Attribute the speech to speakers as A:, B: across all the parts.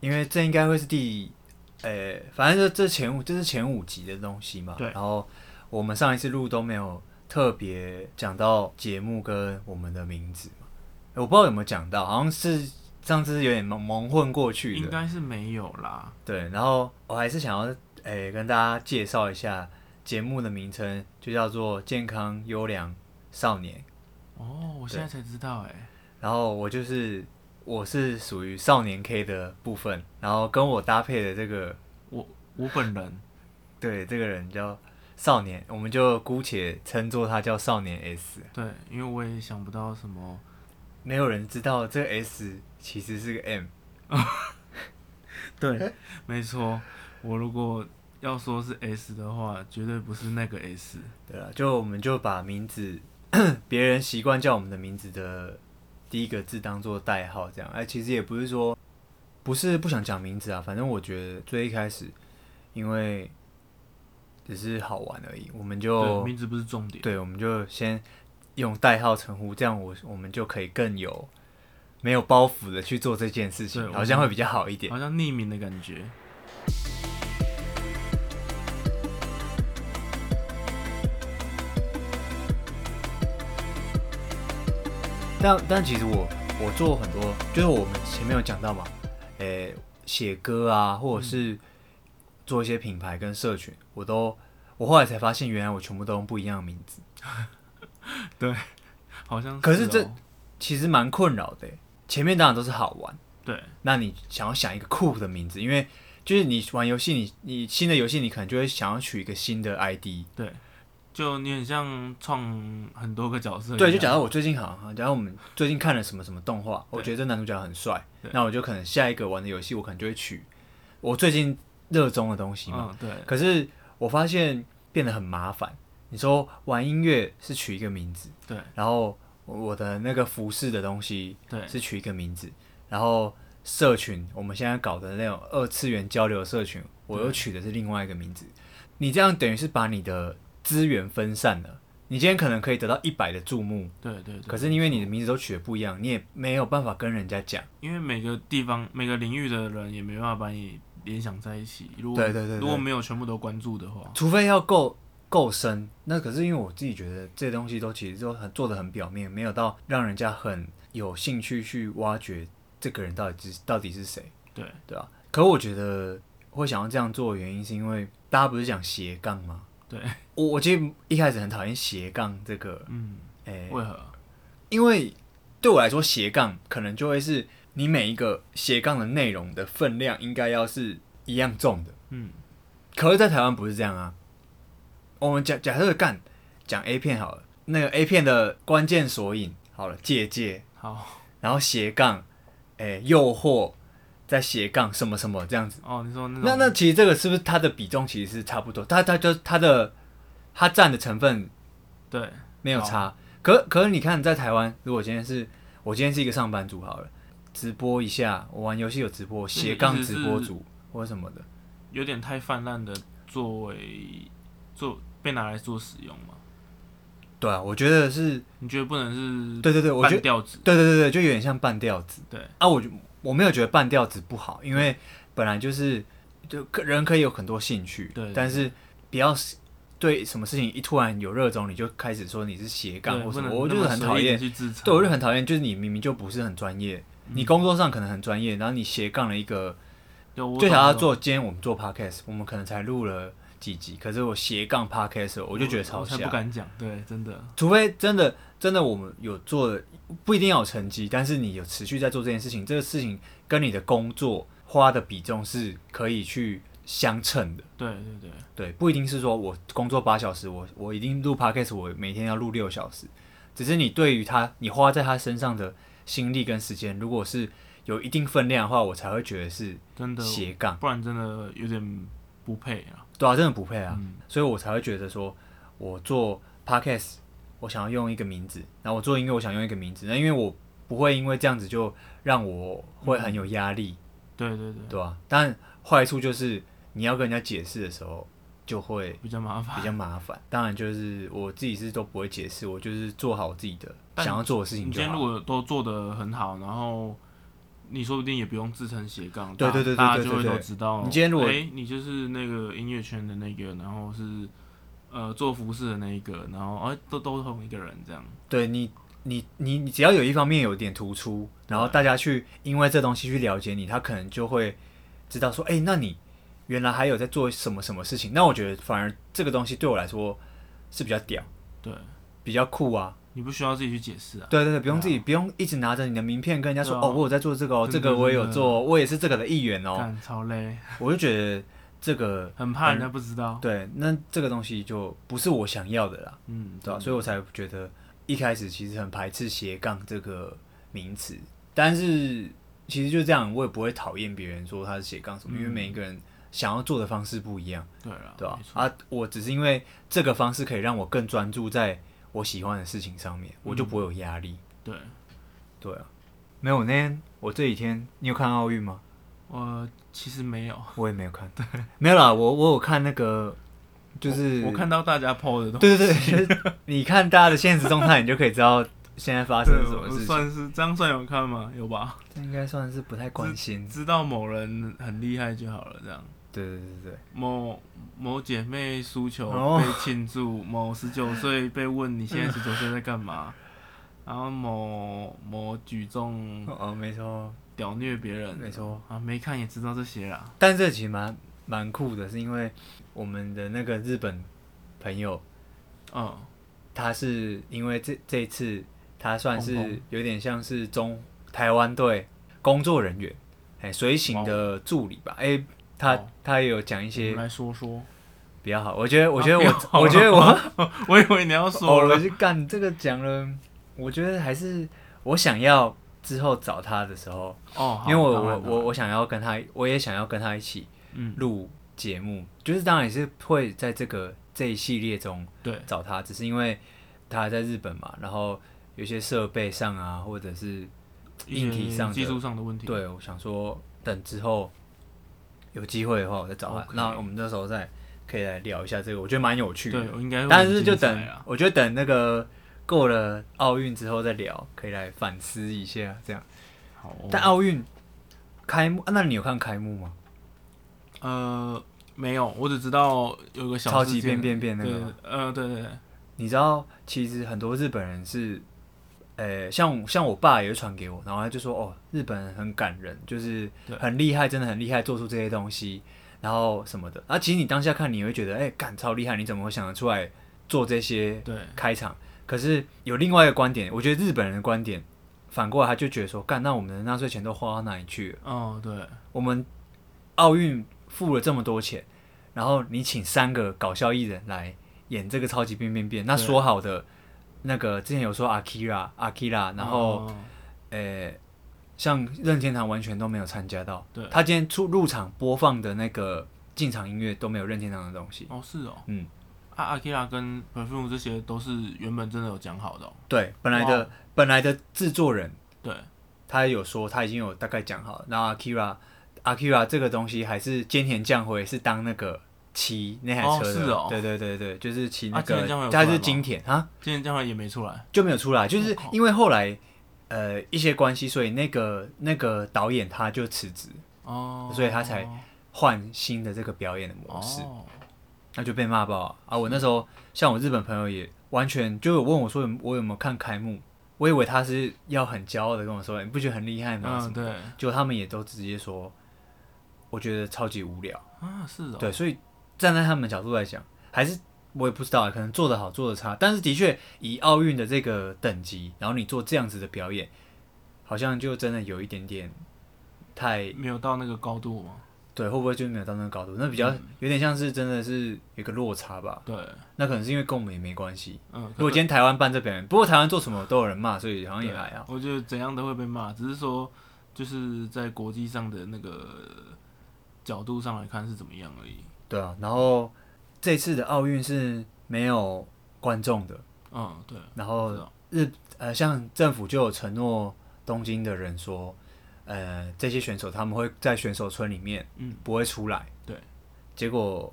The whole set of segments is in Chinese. A: 因为这应该会是第，呃、反正这这前五这是前五集的东西嘛。
B: 对
A: 然后我们上一次录都没有特别讲到节目跟我们的名字嘛，呃我不知道有没有讲到，好像是上次有点蒙蒙混过去
B: 应
A: 的。
B: 该是没有啦。
A: 对，然后我还是想要诶、跟大家介绍一下节目的名称，就叫做《健康优良少年》。
B: 哦，我现在才知道哎、
A: 然后我就是我是属于少年 K 的部分，然后跟我搭配的这个
B: 我我本人
A: 对这个人叫少年，我们就姑且称作他叫少年 S。
B: 对，因为我也想不到什么，
A: 没有人知道这个 S 其实是个 M，
B: 对，没错，我如果要说是 S 的话，绝对不是那个 S。
A: 对了，就我们就把名字别人习惯叫我们的名字的第一个字当做代号，这样。哎，其实也不是说不是不想讲名字啊，反正我觉得最一开始因为只是好玩而已，我们就
B: 对，名字不是重点。
A: 哦对，我们就先用代号称呼，这样我我们就可以更有没有包袱的去做这件事
B: 对
A: 情，
B: 我
A: 好像
B: 们
A: 会比较好一点。
B: 好像匿名的感觉。
A: 但但其实我我做很多，就是我们前面有讲到嘛，诶、写歌啊，或
B: 嗯
A: 者是做一些品牌跟社群，我都我后来才发现，原来我全部都用不一样的名字，
B: 好像
A: 可是
B: 哦
A: 这其实蛮困扰的欸。前面当然都是好玩，
B: 对
A: 那你想要想一个酷的名字，因为就是你玩游戏，你你新的游戏，你可能就会想要取一个新的 ID，
B: 对，就你很像创很多个角色一样，
A: 对，就讲到我最近好像，假如我们最近看了什么什么动画，我觉得这男主角很帅，那我就可能下一个玩的游戏，我可能就会取我最近热衷的东西嘛。
B: 嗯，对
A: 可是我发现变得很麻烦。你说玩音乐是取一个名字，
B: 对
A: 然后我的那个服饰的东西
B: 对
A: 是取一个名字，然后社群我们现在搞的那种二次元交流社群，我又取的是另外一个名字。你这样等于是把你的资源分散了。你今天可能可以得到一百的注目，
B: 对对对。
A: 可是因为你的名字都取的不一样，你也没有办法跟人家讲。
B: 因为每个地方每个领域的人也没办法把你联想在一起，如果
A: 对对对对
B: 如果没有全部都关注的话，
A: 除非要够够深。那可是因为我自己觉得这些东西都其实都很做的很表面，没有到让人家很有兴趣去挖掘这个人到底是到底是谁，
B: 对
A: 对吧、可我觉得会想要这样做的原因，是因为大家不是讲斜杠吗？
B: 对，
A: 我我其实一开始很讨厌斜杠这个，
B: 嗯，
A: 诶、
B: 为何？
A: 因为对我来说斜杠可能就会是你每一个斜杠的内容的分量应该要是一样重的。
B: 嗯，
A: 可是，在台湾不是这样啊。我们假假设干讲 A 片好了，那个 A 片的关键索引好了，借鉴，
B: 好
A: 然后斜杠，诶、诱惑，再斜杠什么什么这样子。
B: 哦，你说那
A: 那
B: 种
A: 那其实这个是不是它的比重其实是差不多？它它就它的它占的成分
B: 对
A: 没有
B: 哦
A: 差。可可是你看，在台湾，如果今天是我今天是一个上班族好了，直播一下，我玩游戏有直播，
B: 那你
A: 斜杠
B: 意思
A: 直
B: 嗯是
A: 播主或什么的。
B: 有点太泛滥的作为做被拿来做使用嘛？
A: 对啊，我觉得是
B: 你觉得不能是
A: 对对对，我觉得
B: 半吊子？
A: 对对对对，就有点像半吊子
B: 对
A: 啊。我就我没有觉得半吊子不好，因为本来就是就个人可以有很多兴趣，
B: 对对
A: 但是不要是对什么事情一突然有热衷，你就开始说你是斜杠
B: 对
A: 或什
B: 不能
A: 我就
B: 那
A: 是
B: 么
A: 很
B: 随
A: 讨
B: 意地
A: 厌，
B: 去嗯自嘲。
A: 对我就很讨厌，就是你明明就不是很专业，你工作上可能很专业，然后你斜杠了一个，
B: 对，我
A: 就想要
B: 懂
A: 做今天我们做 podcast，我们可能才录了几集，可是我斜杠 podcast，我就觉得超
B: 哦我才
A: 瞎
B: 不。敢讲，对，真的，
A: 除非真的真的我们有做，不一定要有成绩，但是你有持续在做这件事情，这个事情跟你的工作花的比重是可以去相称的。
B: 对对对，
A: 对，不一定是说我工作八小时，我我一
B: 嗯
A: 定录 podcast，我每天要录六小时。只是你对于他，你花在他身上的心力跟时间，如果是有一定分量的话，我才会觉得是
B: 真的，
A: 斜杠，
B: 不然真的有点不配啊。
A: 对啊，真的不配啊。
B: 嗯，
A: 所以我才会觉得说，我做 podcast，我想要用一个名字，然后我做音乐，我想用一个名字，那因为我不会因为这样子就让我会很有压力，
B: 对对对，
A: 对吧、但坏处就是你要跟人家解释的时候就会
B: 比较麻
A: 比
B: 烦。
A: 较麻烦。当然就是我自己是都不会解释，我就是做好我自己的
B: 但
A: 想要做的事
B: 你
A: 情
B: 今
A: 就
B: 天如
A: 好。
B: 果都做得很好，然后你说不定也不用自称斜杠，
A: 对对对对
B: 大
A: 对
B: 大家就会
A: 对对
B: 都知道。
A: 你今天如果
B: 哎、你就是那个音乐圈的那个，然后是呃做服饰的那一个，然后哎、都都是同一个人这样。
A: 对你，你你你只要有一方面有点突出，然后大家去因为这东西去了解你，他可能就会知道说，哎、那你原来还有在做什么什么事情。那我觉得反而这个东西对我来说是比较屌，
B: 对，
A: 比较酷啊。
B: 你不需要自己去解释啊。
A: 对对对，不用自己、不用一直拿着你的名片跟人家说，
B: 对啊
A: 哦，我有在做这个哦，
B: 真
A: 这
B: 的
A: 个我也有
B: 真的
A: 做，我也是这个的一员 哦。
B: 干超累，
A: 我就觉得这个
B: 很怕人家不知道。
A: 对，那这个东西就不是我想要的啦。
B: 嗯，
A: 对吧、啊
B: 真的
A: 所以我才觉得一开始其实很排斥斜杠这个名词，但是其实就这样，我也不会讨厌别人说他是斜杠什么，因为每一个人想要做的方式不一样，
B: 对了，
A: 对吧
B: 嗯没、错
A: 啊？我只是因为这个方式可以让我更专注在我喜欢的事情上面，我就不会
B: 嗯
A: 有压力。
B: 对，
A: 对啊，没有呢，我这几天你有看奥运吗？
B: 我其实没有，
A: 我也没有看，没有啦，我我有看那个，就是
B: 我看到大家 PO 的东西，
A: 对对对， 就是你看大家的现实动态，你就可以知道现在发生了什么
B: 我
A: 事情。
B: 算是这样算有看吗？有吧？
A: 这应该算是不太关心。
B: 知道某人很厉害就好了，这样。
A: 对对对对，
B: 某某姐妹输球
A: 哦
B: 被庆祝，某十九岁被问你现在十九岁在干嘛，然后某某举重
A: 哦哦，没错
B: 屌虐别人，
A: 没错。
B: 啊，没看也知道这些啦。
A: 但这其实蛮蛮酷的，是因为我们的那个日本朋友，
B: 嗯，
A: 他是因为这这一次他算
B: 碰
A: 是
B: 碰
A: 有点像是中台湾队工作人员，哎，随行的助理吧，哎。他
B: 哦
A: 他也有讲一
B: 我们
A: 些
B: 来说说，
A: 比较好，我觉得我觉得
B: 啊
A: 我
B: 不要
A: 我觉得我
B: 我以为你要说
A: 偶
B: 了
A: 尔，去哦干这个讲了，我觉得还是我想要之后找他的时候，
B: 哦，好
A: 因为我
B: 当
A: 我
B: 然
A: 我
B: 当然
A: 我想要跟他，我也想要跟他一起
B: 嗯，
A: 录节目，就是当然也是会在这个这一系列中
B: 对，
A: 找他，只是因为他还在日本嘛，然后有些设备上啊，或者是硬体
B: 一些
A: 上的
B: 技术上的问题，
A: 对我想说等之后有机会的话，我再找他
B: OK
A: 那我们那时候再可以来聊一下这个，我觉得蛮有趣的。
B: 对，我应该会
A: 但是
B: 很
A: 就
B: 精彩
A: 等
B: 啊，
A: 我觉得等那个过了奥运之后再聊，可以来反思一下这样。
B: 好哦，
A: 但奥运开幕、啊那你有看开幕吗？
B: 呃，没有，我只知道有个小
A: 超级
B: 事件
A: 变变变那个
B: 对
A: 吗？，
B: 呃，对对对，
A: 你知道，其实很多日本人是，呃，像像我爸也会传给我，然后他就说，哦，日本人很感人，就是
B: 对
A: 很厉害，真的很厉害，做出这些东西，然后什么的。啊，其实你当下看，你会觉得，哎、干超厉害，你怎么会想得出来做这些
B: 对，
A: 开场。可是有另外一个观点，我觉得日本人的观点，反过来他就觉得说，干，那我们的纳税钱都花到哪里去了？
B: 哦，对，
A: 我们奥运付了这么多钱，然后你请三个搞笑艺人来演这个超级变变变，那
B: 对
A: 说好的那个之前有说 Akira Akira，然后、
B: 哦
A: 呃，像任天堂完全都没有参加到，
B: 对
A: 他今天出入场播放的那个进场音乐都没有任天堂的东西，
B: 哦是哦，
A: 嗯，
B: 啊阿 k i r a 跟 Perfume 这些都是原本真的有讲好的哦、
A: 对，本来的本来的制作人。
B: 对，
A: 他有说他已经有大概讲好，那 Akira Akira 这个东西还是菅田将晖是当那个骑那台车的，
B: 哦是哦
A: 对对对对，就是骑那
B: 啊菅
A: 个
B: 田将晖，有出来
A: 他
B: 吗
A: 是金田啊
B: 今天这样也没出来，
A: 就没有出来，就是
B: 我靠
A: 因为后来呃一些关系，所以那个那个导演他就辞职，
B: 哦，
A: 所以他才换新的这个表演的模式，
B: 哦，
A: 那就被骂爆啊啊！我那时候像我日本朋友也完全就有问我说有我有没有看开幕，我以为他是要很骄傲的跟我说，你不觉得很厉害吗？什么
B: 嗯，对，
A: 就他们也都直接说，我觉得超级无聊。
B: 啊，是哦，
A: 对，所以站在他们的角度来讲，还是我也不知道啊，可能做得好，做得差。但是的确，以奥运的这个等级，然后你做这样子的表演，好像就真的有一点点太
B: 没有到那个高度嘛，
A: 对，会不会就没有到那个高度？那比
B: 嗯
A: 较有点像是真的是有个落差吧。
B: 对，
A: 那可能是因为跟我们也没关系。
B: 嗯，
A: 如果今天台湾办这表演，不过台湾做什么都有人骂，所以好像也
B: 对啊
A: 还好。
B: 我觉得怎样都会被骂，只是说就是在国际上的那个角度上来看是怎么样而已。
A: 对啊，然后这次的奥运是没有观众的。
B: 嗯，对，
A: 然后
B: 是哦
A: 日呃，像政府就有承诺东京的人说，呃，这些选手他们会在选手村里面，
B: 嗯，
A: 不会出来。
B: 对，
A: 结果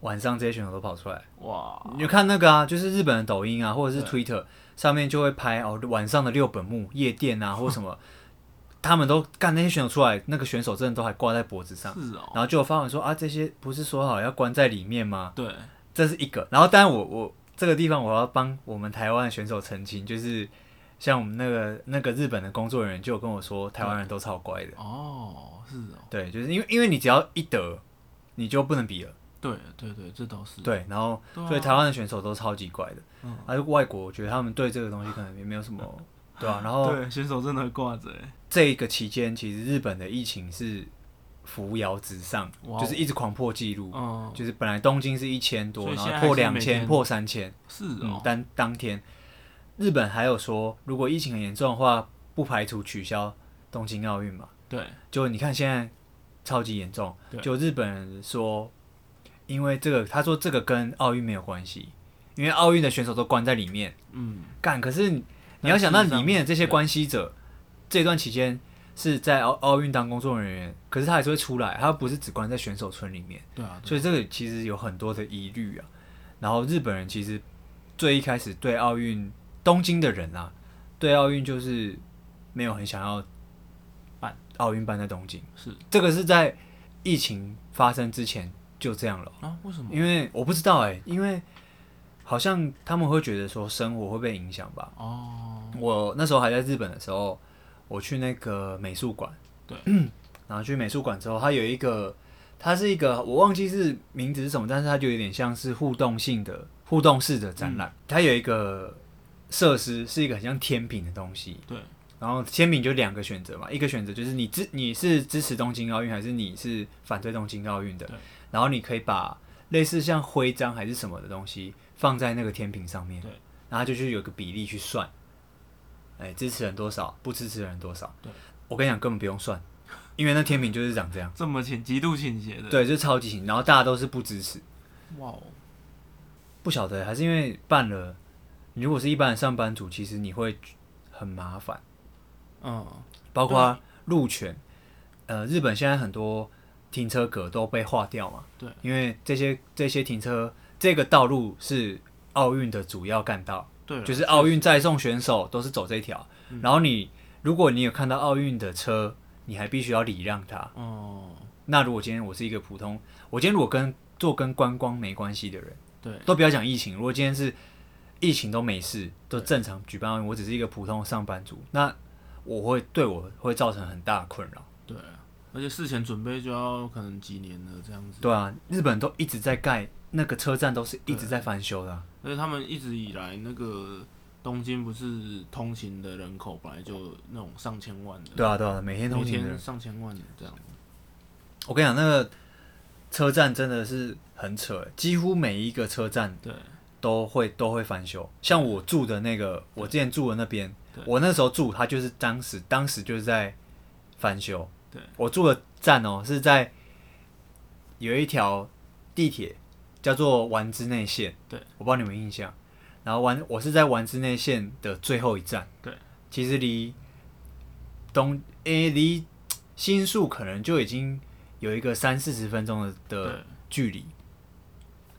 A: 晚上这些选手都跑出来，
B: 哇，
A: 你就看那个啊，就是日本的抖 音啊，或者是 Twitter 上面就会拍哦，晚上的六本木夜店啊，或什么他们都干那些选手出来，那个选手真的都还挂在脖子上，
B: 是哦，
A: 然后就有发文说啊，这些不是说好要关在里面吗？
B: 对，
A: 这是一个。然后，当然我我这个地方我要帮我们台湾的选手澄清，就是像我们那个那个日本的工作人员就有跟我说，台湾人都超乖的，
B: 哦，是哦，
A: 对，就是因为因为你只要一得，你就不能比了，
B: 对对对，这倒是，
A: 对，然后
B: 对啊
A: 所以台湾的选手都超级乖的，
B: 嗯
A: 而、外国我觉得他们对这个东西可能也没有什么，对啊，然后
B: 对，选手真的会挂着，哎
A: 这个期间其实日本的疫情是扶摇直上，
B: 哇哦
A: 就是一直狂破纪录。
B: 嗯，
A: 就是本来东京是一千多，
B: 所以
A: 然
B: 现在
A: 后
B: 还
A: 破
B: 是
A: 两
B: 每
A: 千、
B: 天
A: 破三千，
B: 是
A: 嗯
B: 哦，，
A: 当当天，日本还有说，如果疫情很严重的话，不排除取消东京奥运嘛。
B: 对，
A: 就你看现在超级严重
B: 对，
A: 就日本人说，因为这个他说这个跟奥运没有关系，因为奥运的选手都关在里面
B: 嗯，
A: 干，可是你你
B: 那
A: 要想到
B: 事实上
A: 里面的这些
B: 对
A: 关系者，这段期间是在奥奥运当工作人员，可是他还是会出来，他不是只关在选手村里面。
B: 对啊，对
A: 所以这个其实有很多的疑虑啊。然后日本人其实最一开始对奥运东京的人啊，对奥运就是没有很想要
B: 办
A: 奥运办在东京，
B: 是
A: 这个是在疫情发生之前就这样了，
B: 啊，为什么？
A: 因为我不知道哎、因为好像他们会觉得说生活会被影响吧。
B: 哦，
A: 我那时候还在日本的时候，我去那个美术馆，
B: 对，
A: 然后去美术馆之后，它有一个，它是一个我忘记是名字是什么，但是它就有点像是互动性的互动式的展
B: 嗯
A: 览，它有一个设施是一个很像天平的东西，
B: 对，
A: 然后天平就两个选择嘛，一个选择就是你支你是支持东京奥运还是你是反对东京奥运的
B: 对，
A: 然后你可以把类似像徽章还是什么的东西放在那个天平上面，
B: 对，
A: 然后它就去有个比例去算，哎，支持人多少，不支持人多少，
B: 对，
A: 我跟你讲根本不用算，因为那天平就是长这样，
B: 这么倾极度倾斜的，
A: 对，就是超级型，然后大家都是不支持，
B: 哇哦，
A: 不晓得还是因为办了，你如果是一般的上班族，其实你会很麻烦。
B: 嗯，
A: 包括路权，呃，日本现在很多停车格都被划掉嘛，
B: 对，
A: 因为这些这些停车这个道路是奥运的主要干道，
B: 对了，嗯
A: 就是奥运再送选手都是走这条，然后你如果你有看到奥运的车，你还必须要礼让它。
B: 哦，
A: 那如果今天我是一个普通，我今天如果跟做跟观光没关系的人，
B: 对，
A: 都不要讲疫情，如果今天是疫情都没事，都正常举办奥运，我只是一个普通的上班族，那我会对我会造成很大的困扰。
B: 对啊，而且事前准备就要可能几年了这样子，
A: 对啊，日本都一直在盖那个车站，都是一直在翻修的啊、
B: 而且他们一直以来那个东京不是通行的人口本来就那种上千万的，
A: 对啊，对啊，每天
B: 每
A: 通勤的
B: 天
A: 人，
B: 上千万的这样，
A: 我跟你讲，那个车站真的是很扯，几乎每一个车站
B: 对，
A: 都会都会翻修。像我住的那个，我之前住的那边
B: 对，
A: 我那时候住，它就是当时当时就是在翻修。
B: 对，
A: 我住的站哦是在有一条地铁叫做丸之内线，
B: 对，
A: 我不知道你们印象。然后丸我是在丸之内线的最后一站，
B: 对，
A: 其实离东诶离新宿可能就已经有一个三四十分钟的的
B: 对，
A: 距离。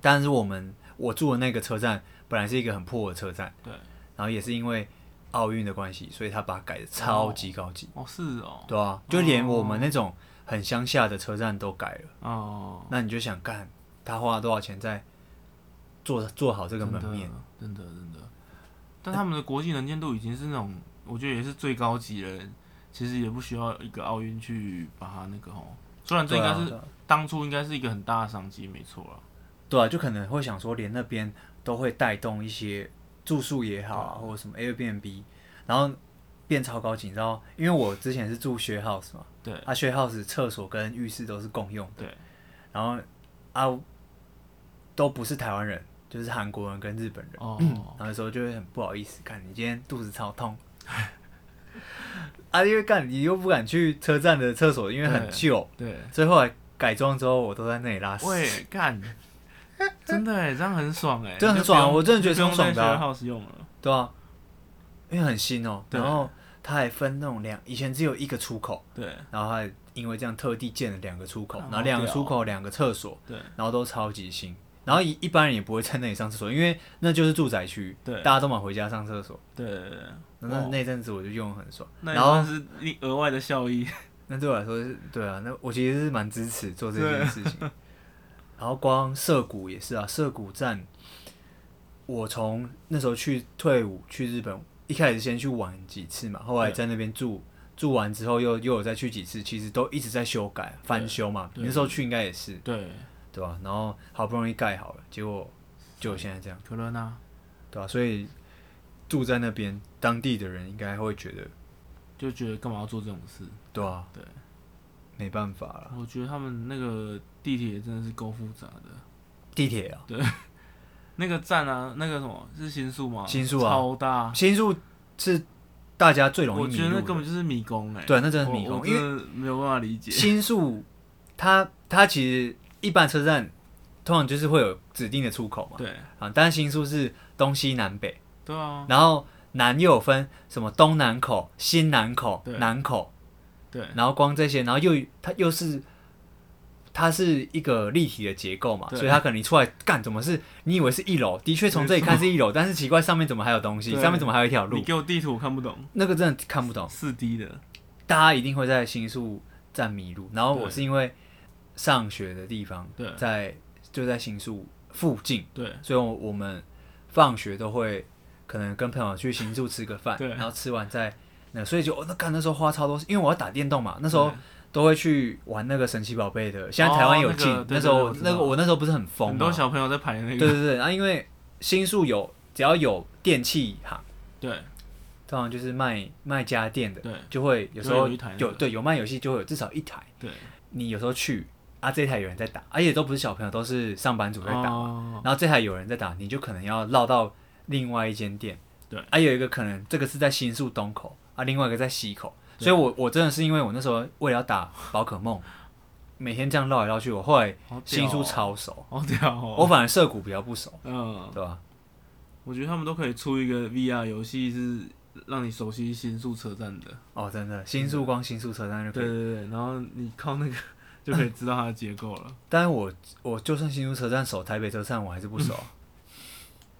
A: 但是我们我住的那个车站本来是一个很破的车站，
B: 对，
A: 然后也是因为奥运的关系，所以他把它改的超级高级，
B: 哦是哦，
A: 对啊，就连我们那种很乡下的车站都改了。
B: 哦，
A: 那你就想干，他花了多少钱在做做好这个门面？
B: 真的真的真的，但他们的国际能见度已经是那种，我觉得也是最高级了，其实也不需要一个奥运去把它那个吼，虽然这应该
A: 对啊
B: 是、
A: 对啊
B: 当初应该是一个很大的商机，没错啦。
A: 对啊，就可能会想说，连那边都会带动一些住宿也好啊，或者什么 Airbnb，然后变超高级。你知道，因为我之前是住 share house 嘛，
B: 对
A: 啊 share house 厕所跟浴室都是共用的，
B: 对，
A: 然后啊都不是台湾人，就是韩国人跟日本人，
B: 哦，
A: 然后有时候就会很不好意思，看你今天肚子超痛。 啊，因为干你又不敢去车站的厕所，因为很
B: 对
A: 旧，
B: 对，
A: 所以后来改装之后，我都在那里拉屎。
B: 喂，干，真的哎，这样很爽 哎，
A: 真的很爽啊
B: 就不用
A: 我真的觉得超爽的啊
B: 就不用在 share house 用了，
A: 对啊，因为很新哦、
B: 对
A: 然后它还分那种两，以前只有一个出口，
B: 对
A: 然后它还因为这样特地建了两个出口，
B: 啊
A: 然后两个
B: 好屌哦
A: 出口两个厕所，
B: 对
A: 然后都超级新。然后一一般人也不会在那里上厕所，因为那就是住宅区，
B: 对
A: 大家都嘛回家上厕所。
B: 对对对对，
A: 那
B: 哇
A: 那阵子我就用得很爽，
B: 那也
A: 然后
B: 算是另额外的效益。
A: 那对我来说是，对啊，那我其实是蛮支持做这
B: 啊
A: 件事情。然后光涩谷也是啊，涩谷站，我从那时候去退伍去日本，一开始先去玩几次嘛，后
B: 啊
A: 来在那边住住完之后又又有再去几次，其实都一直在修改翻修嘛。
B: 对啊
A: 你那时候去应该也是
B: 对，
A: 对吧、然后好不容易盖好了，结果就现在这样。
B: 可乐呢？
A: 对吧、所以住在那边，当地的人应该会觉得，
B: 就觉得干嘛要做这种事？
A: 对啊，
B: 对，
A: 没办法了。
B: 我觉得他们那个地铁真的是够复杂的。
A: 地铁啊，
B: 那个站啊，那个什么是新宿吗？
A: 新宿啊
B: 超大，
A: 新宿是大家最容
B: 我
A: 易迷
B: 觉得那
A: 路
B: 根
A: 的，
B: 本就是迷宫哎、
A: 对那真的是迷
B: 我我
A: 宫因为
B: 真的没有办法理解。
A: 新宿它它其实一般车站通常就是会有指定的出口嘛，
B: 对
A: 啊，但是新宿是东西南北，
B: 对啊，
A: 然后南又有分什么东南口、新南口、
B: 对
A: 南口，
B: 对
A: 然后光这些，然后又它又是。它是一个立体的结构嘛，
B: 对
A: 所以它可能一出来干，怎么是你以为是一楼？的确从这里看是一 楼，但是奇怪上面怎么还有东西？
B: 对
A: 上面怎么还有一条
B: 你
A: 路？
B: 给我地图我看不懂，
A: 那个真的看不懂。
B: 四 D 的，
A: 大家一定会在新宿站迷路。然后我
B: 对
A: 是因为上学的地方
B: 对
A: 在就在新宿附近，
B: 对
A: 所以我我们放学都会可能跟朋友去新宿吃个饭，
B: 对
A: 然后吃完再那，所以就、哦、那干那时候花超多时，因为我要打电动嘛，那时候
B: 对
A: 都会去玩那个神奇宝贝的。现在台湾有进、
B: 哦那个对
A: 时候
B: 对对我知道
A: 那个我那时候不是很疯啊
B: 很多
A: 嘛，
B: 小朋友在排那
A: 对
B: 个，
A: 对对，然后因为新宿有只要有电器行，
B: 对
A: 通常就是卖卖家电的。
B: 对
A: 就会有时
B: 就
A: 候
B: 会有一台那
A: 有
B: 个
A: 对有卖游戏就会有至少一台，
B: 对，
A: 你有时候去啊这一台有人在打，而且都不是小朋友，都是上班族在打，
B: 哦
A: 然后这台有人在打，你就可能要绕到另外一间店，
B: 对，
A: 啊有一个可能这个是在新宿东口啊，另外一个在西口，
B: 对
A: 所以我我真的是因为我那时候为了要打宝可 梦，每天这样绕来绕去，我后来
B: 好屌哦
A: 新宿，超熟，
B: 好屌哦，
A: 我反而涩谷比较不熟，
B: 嗯，
A: 对吧？
B: 我觉得他们都可以出一个 VR 游戏，是让你熟悉新宿车站的。
A: 哦，真的，新宿光新宿车站就可以
B: 对对对，然后你靠那个就可以知道它的结构了。
A: 但是我我就算新宿车站熟，台北车站我还是不熟。
B: 嗯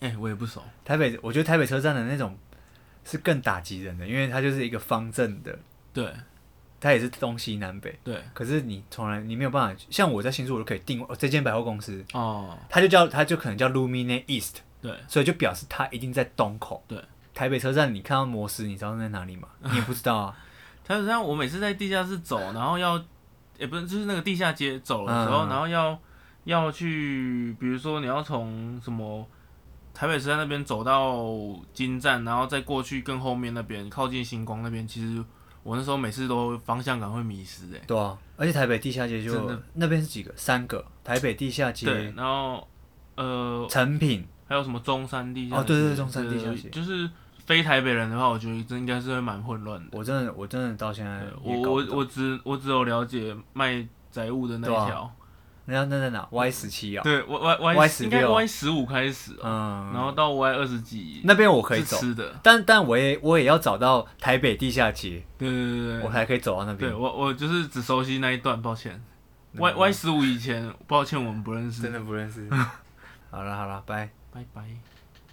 B: 哎、我也不熟。
A: 台北，我觉得台北车站的那种是更打击人的，因为它就是一个方正的，
B: 对
A: 它也是东西南北。
B: 对
A: 可是你从来你没有办法，像我在新宿我就可以定位、哦、这间百货公司，
B: 哦，
A: 它就叫它就可能叫 Lumine East，
B: 对
A: 所以就表示它一定在东口。
B: 对，
A: 台北车站你看到摩斯，你知道在哪 里吗？你也不知道啊。
B: 它就像我每次在地下室走，然后要，也、不是就是那个地下街走的时候，
A: 嗯
B: 然后要要去，比如说你要从什么台北车站那边走到金站，然后再过去更后面那边靠近星光那边，其实我那时候每次都方向感会迷失哎、
A: 对啊，而且台北地下街
B: 真
A: 就
B: 的
A: 那边是几个？三个。台北地下
B: 对
A: 街，、
B: 然后呃，
A: 成品，
B: 还有什么中山地下街
A: 哦对对对中山地下街
B: 就是非台北人的话，我觉得真应该是会蛮混乱的。
A: 我真的我真的到现在
B: 对
A: 也
B: 我
A: 搞不
B: 我
A: 懂
B: 我只我只有了解卖宅物的那
A: 对啊
B: 一条，
A: 那那在哪？Y 十七啊，
B: 对 Y Y
A: Y16
B: 应该 Y 十五开始哦，
A: 嗯，
B: 然后到 Y 二十几
A: 那边我可以
B: 是
A: 走。
B: 吃的，
A: 但但我也我也要找到台北地下街，
B: 对对对
A: 我
B: 对
A: 才可以走到那
B: 对，对
A: 边。
B: 我我就是只熟悉那一段，抱歉。
A: 嗯
B: Y Y 十五以前，抱歉我们不认 识，
A: 真的不认识。好了好了，拜。
B: 拜拜。